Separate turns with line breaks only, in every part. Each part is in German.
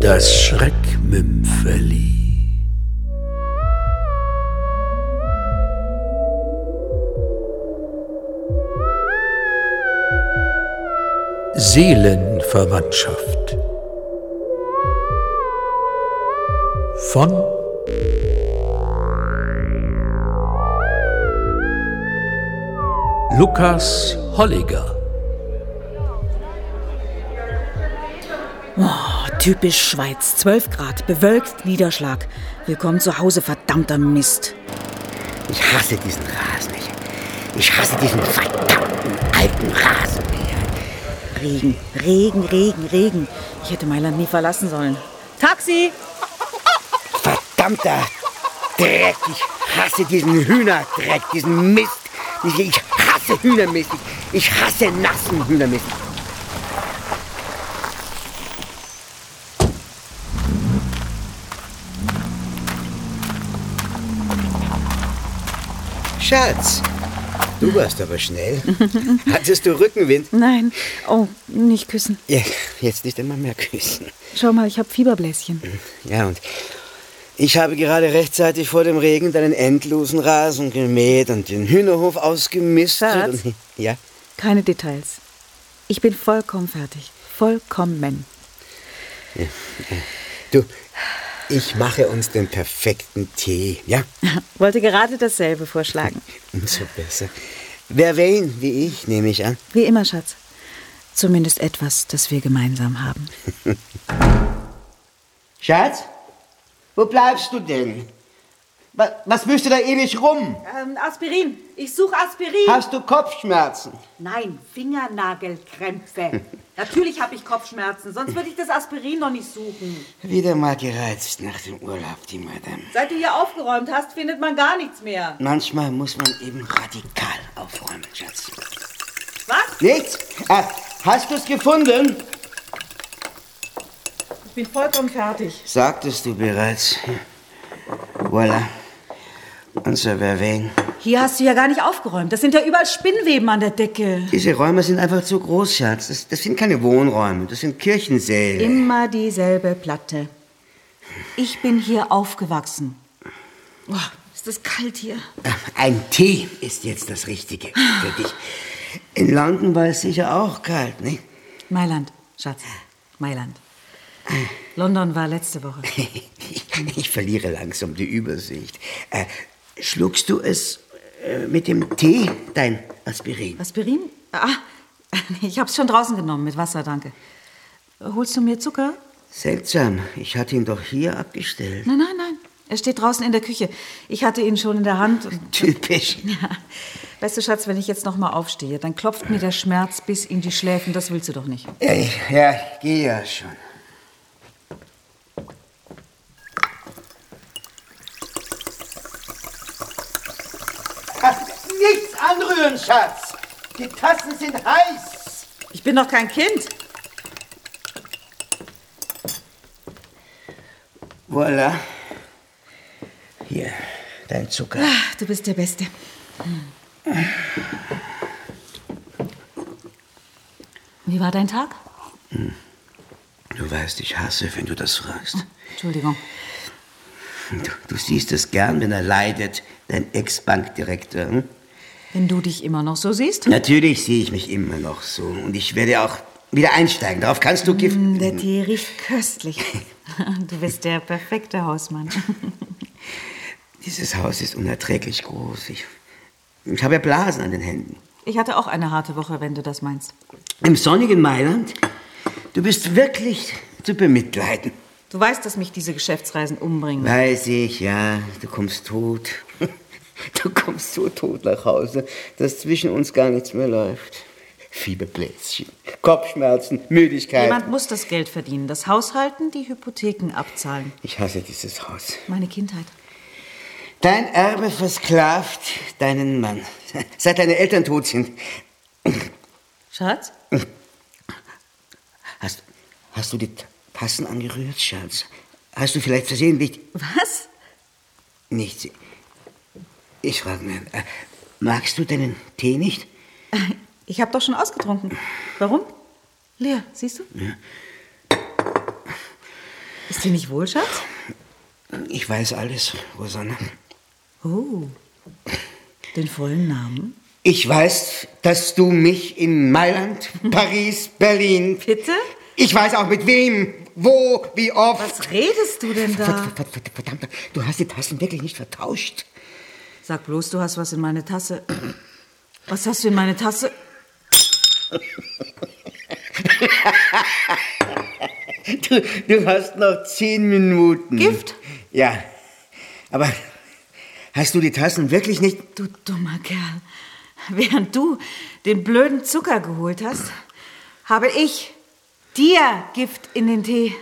Das Schreckmümpfeli. Seelenverwandtschaft von Lukas Holliger.
Typisch Schweiz. 12 Grad, bewölkt, Niederschlag. Willkommen zu Hause, verdammter Mist.
Ich hasse diesen Rasen. Ich, ich hasse diesen verdammten alten Rasen.
Regen, Regen, Regen, Regen. Ich hätte Mailand nie verlassen sollen. Taxi!
Verdammter Dreck. Ich hasse diesen Hühnerdreck, diesen Mist. Ich, ich hasse Hühnermist. Ich, ich hasse nassen Hühnermist. Schatz, du warst aber schnell. Hattest du Rückenwind?
Nein. Oh, nicht küssen.
Ja, jetzt nicht immer mehr küssen.
Schau mal, ich habe Fieberbläschen.
Ja, und ich habe gerade rechtzeitig vor dem Regen deinen endlosen Rasen gemäht und den Hühnerhof ausgemistet.
Schatz?
Und, ja,
Keine Details. Ich bin vollkommen fertig. Vollkommen.
du, ich mache uns den perfekten Tee, ja?
Wollte gerade dasselbe vorschlagen.
Umso besser. Wer wen wie ich, nehme ich an.
Wie immer, Schatz. Zumindest etwas, das wir gemeinsam haben.
Schatz, wo bleibst du denn? Was, was müsst ihr da ewig rum?
Ähm, Aspirin. Ich suche Aspirin.
Hast du Kopfschmerzen?
Nein, Fingernagelkrämpfe. Natürlich habe ich Kopfschmerzen, sonst würde ich das Aspirin noch nicht suchen.
Wieder mal gereizt nach dem Urlaub, die Madame.
Seit du hier aufgeräumt hast, findet man gar nichts mehr.
Manchmal muss man eben radikal aufräumen, Schatz. Äh,
Was?
Nichts? Ah, hast du es gefunden?
Ich bin vollkommen fertig.
Sagtest du bereits. Voilà. Unser Verwehen.
Hier hast du ja gar nicht aufgeräumt. Das sind ja überall Spinnweben an der Decke.
Diese Räume sind einfach zu groß, Schatz. Das, das sind keine Wohnräume, das sind Kirchensäle.
Immer dieselbe Platte. Ich bin hier aufgewachsen. Boah, ist das kalt hier.
Äh, Ein Tee ist jetzt das Richtige für dich. In London war es sicher auch kalt, ne?
Mailand, Schatz. Mailand. London war letzte Woche.
Ich verliere langsam die Übersicht. Äh, schluckst du es äh, mit dem Tee, dein Aspirin?
Aspirin? Ah, ich hab's schon draußen genommen mit Wasser, danke. Holst du mir Zucker?
Seltsam, ich hatte ihn doch hier abgestellt.
Nein, nein, nein. Er steht draußen in der Küche. Ich hatte ihn schon in der Hand. Und,
Typisch.
ja. Weißt du, Schatz, wenn ich jetzt noch mal aufstehe, dann klopft mir der Schmerz bis in die Schläfen. Das willst du doch nicht.
Ja, ich, ja, ich gehe ja schon.
Ah, nichts anrühren, Schatz. Die Tassen sind heiß.
Ich bin doch kein Kind.
Voilà. Hier, dein Zucker.
Ach, du bist der Beste. Wie war dein Tag?
Du weißt, ich hasse, wenn du das fragst.
Entschuldigung.
Du, du siehst es gern, wenn er leidet, dein Ex-Bankdirektor. Hm?
Wenn du dich immer noch so siehst?
Natürlich sehe ich mich immer noch so. Und ich werde auch wieder einsteigen. Darauf kannst du Gift.
Der Tee riecht köstlich. Du bist der perfekte Hausmann.
Dieses Haus ist unerträglich groß. Ich, ich habe Blasen an den Händen.
Ich hatte auch eine harte Woche, wenn du das meinst.
Im sonnigen Mailand? Du bist wirklich zu bemitleiden.
Du weißt, dass mich diese Geschäftsreisen umbringen.
Weiß ich, ja. Du kommst tot. Du kommst so tot nach Hause, dass zwischen uns gar nichts mehr läuft. Fieberbläschen, Kopfschmerzen, Müdigkeit.
Jemand muss das Geld verdienen, das Haushalten, die Hypotheken abzahlen.
ich hasse dieses Haus.
Meine Kindheit.
Dein Erbe versklavt deinen Mann. Seit deine Eltern tot sind.
Schatz?
Hast, hast du die Tassen angerührt, Schatz? Hast du vielleicht versehentlich
Was?
nichts? Ich frage mal, äh, magst du deinen Tee nicht?
Ich habe doch schon ausgetrunken. Warum? Lea, siehst du? Ist dir nicht wohl, Schatz?
Ich weiß alles, Rosanna.
Oh, den vollen Namen?
Ich weiß, dass du mich in Mailand, Paris, Berlin.
Bitte?
Ich weiß auch mit wem, wo, wie oft.
Was redest du denn da?
Verd- verd- verd- Verdammt, du hast die Tassen wirklich nicht vertauscht.
Sag bloß, du hast was in meine Tasse. Was hast du in meine Tasse?
Du, du hast noch zehn Minuten.
Gift?
Ja. Aber hast du die Tassen wirklich nicht.
Du dummer Kerl. Während du den blöden Zucker geholt hast, habe ich dir Gift in den Tee.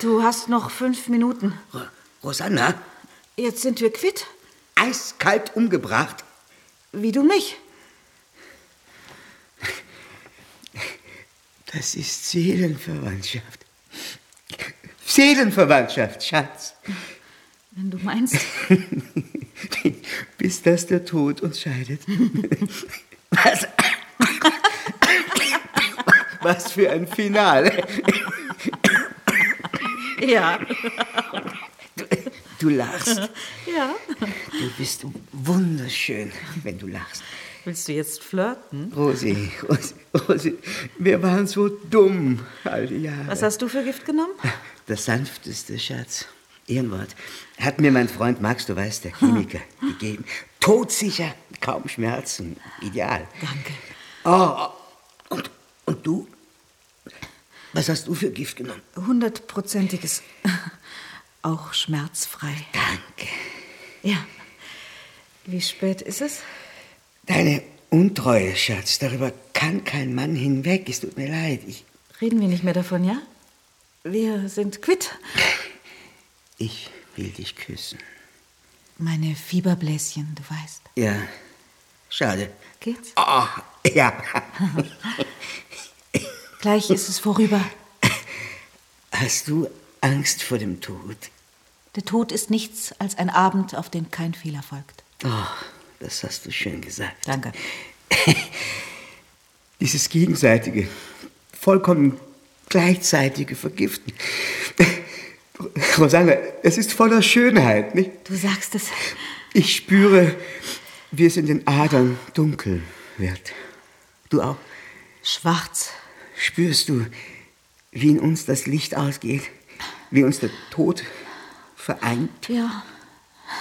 Du hast noch fünf Minuten.
Ro- Rosanna,
Jetzt sind wir quitt,
eiskalt umgebracht.
wie du mich.
Das ist Seelenverwandtschaft. Seelenverwandtschaft, Schatz.
Wenn du meinst,
Bis dass der Tod uns scheidet. Was? Was für ein Finale.
ja.
Du lachst.
Ja.
Du bist wunderschön, wenn du lachst.
Willst du jetzt flirten?
Rosi, Rosi, Rosi, wir waren so dumm all die Jahre.
Was hast du für Gift genommen?
Das sanfteste, Schatz. Ehrenwort. Hat mir mein Freund Max, du weißt, der Chemiker,
Hm.
gegeben. Todsicher, kaum Schmerzen. Ideal.
Danke.
Oh, und, und du? Was hast du für Gift genommen?
Hundertprozentiges. Auch schmerzfrei.
Danke.
Ja. Wie spät ist es?
Deine Untreue, Schatz, darüber kann kein Mann hinweg. Es tut mir leid. Ich,
Reden wir nicht mehr davon, ja? Wir sind quitt.
ich will dich küssen.
Meine Fieberbläschen, du weißt.
Ja, schade.
Geht's?
Ah, ja.
Gleich ist es vorüber.
Hast du Angst vor dem Tod?
Der Tod ist nichts als ein Abend, auf den kein Fehler folgt.
Oh, das hast du schön gesagt.
Danke.
Dieses gegenseitige, vollkommen gleichzeitige Vergiften. Rosanna, es ist voller Schönheit, nicht?
Du sagst es.
Ich spüre, wie es in den Adern dunkel wird. Du auch?
Schwarz.
Spürst du, wie in uns das Licht ausgeht? Wie uns der Tod vereint?
Ja,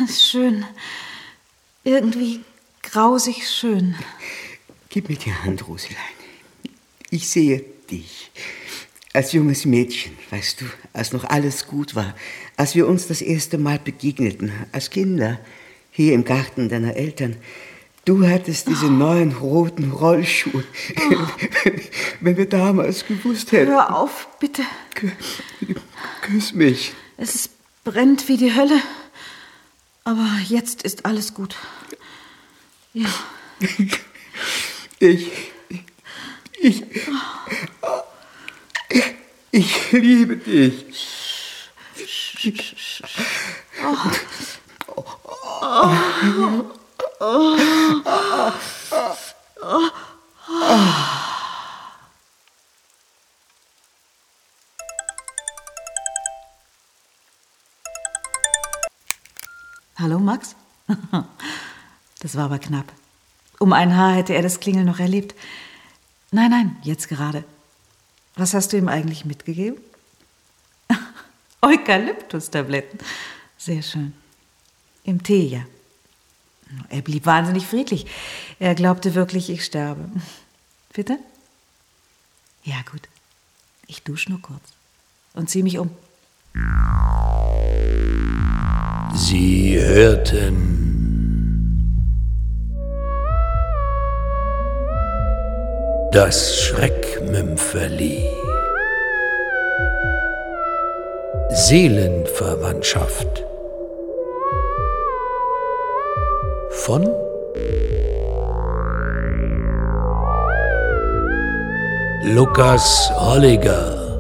ist schön. Irgendwie grausig schön.
Gib mir die Hand, Roselein. Ich sehe dich. Als junges Mädchen, weißt du, als noch alles gut war, als wir uns das erste Mal begegneten, als Kinder, hier im Garten deiner Eltern. Du hattest diese neuen roten Rollschuhe. Wenn wir damals gewusst hätten.
Hör auf, bitte.
Kü- Küss mich.
Es ist- brennt wie die Hölle. Aber jetzt ist alles gut. Ja,
Ich. Ich. Ich liebe dich.
Hallo, Max? Das war aber knapp. Um ein Haar hätte er das Klingeln noch erlebt. Nein, nein, jetzt gerade. Was hast du ihm eigentlich mitgegeben? Eukalyptustabletten. Sehr schön. Im Tee, ja. Er blieb wahnsinnig friedlich. Er glaubte wirklich, ich sterbe. Bitte? Ja, gut. Ich dusche nur kurz und ziehe mich um.
Sie hörten das Schreckmümpferli. Seelenverwandtschaft von Lukas Holliger.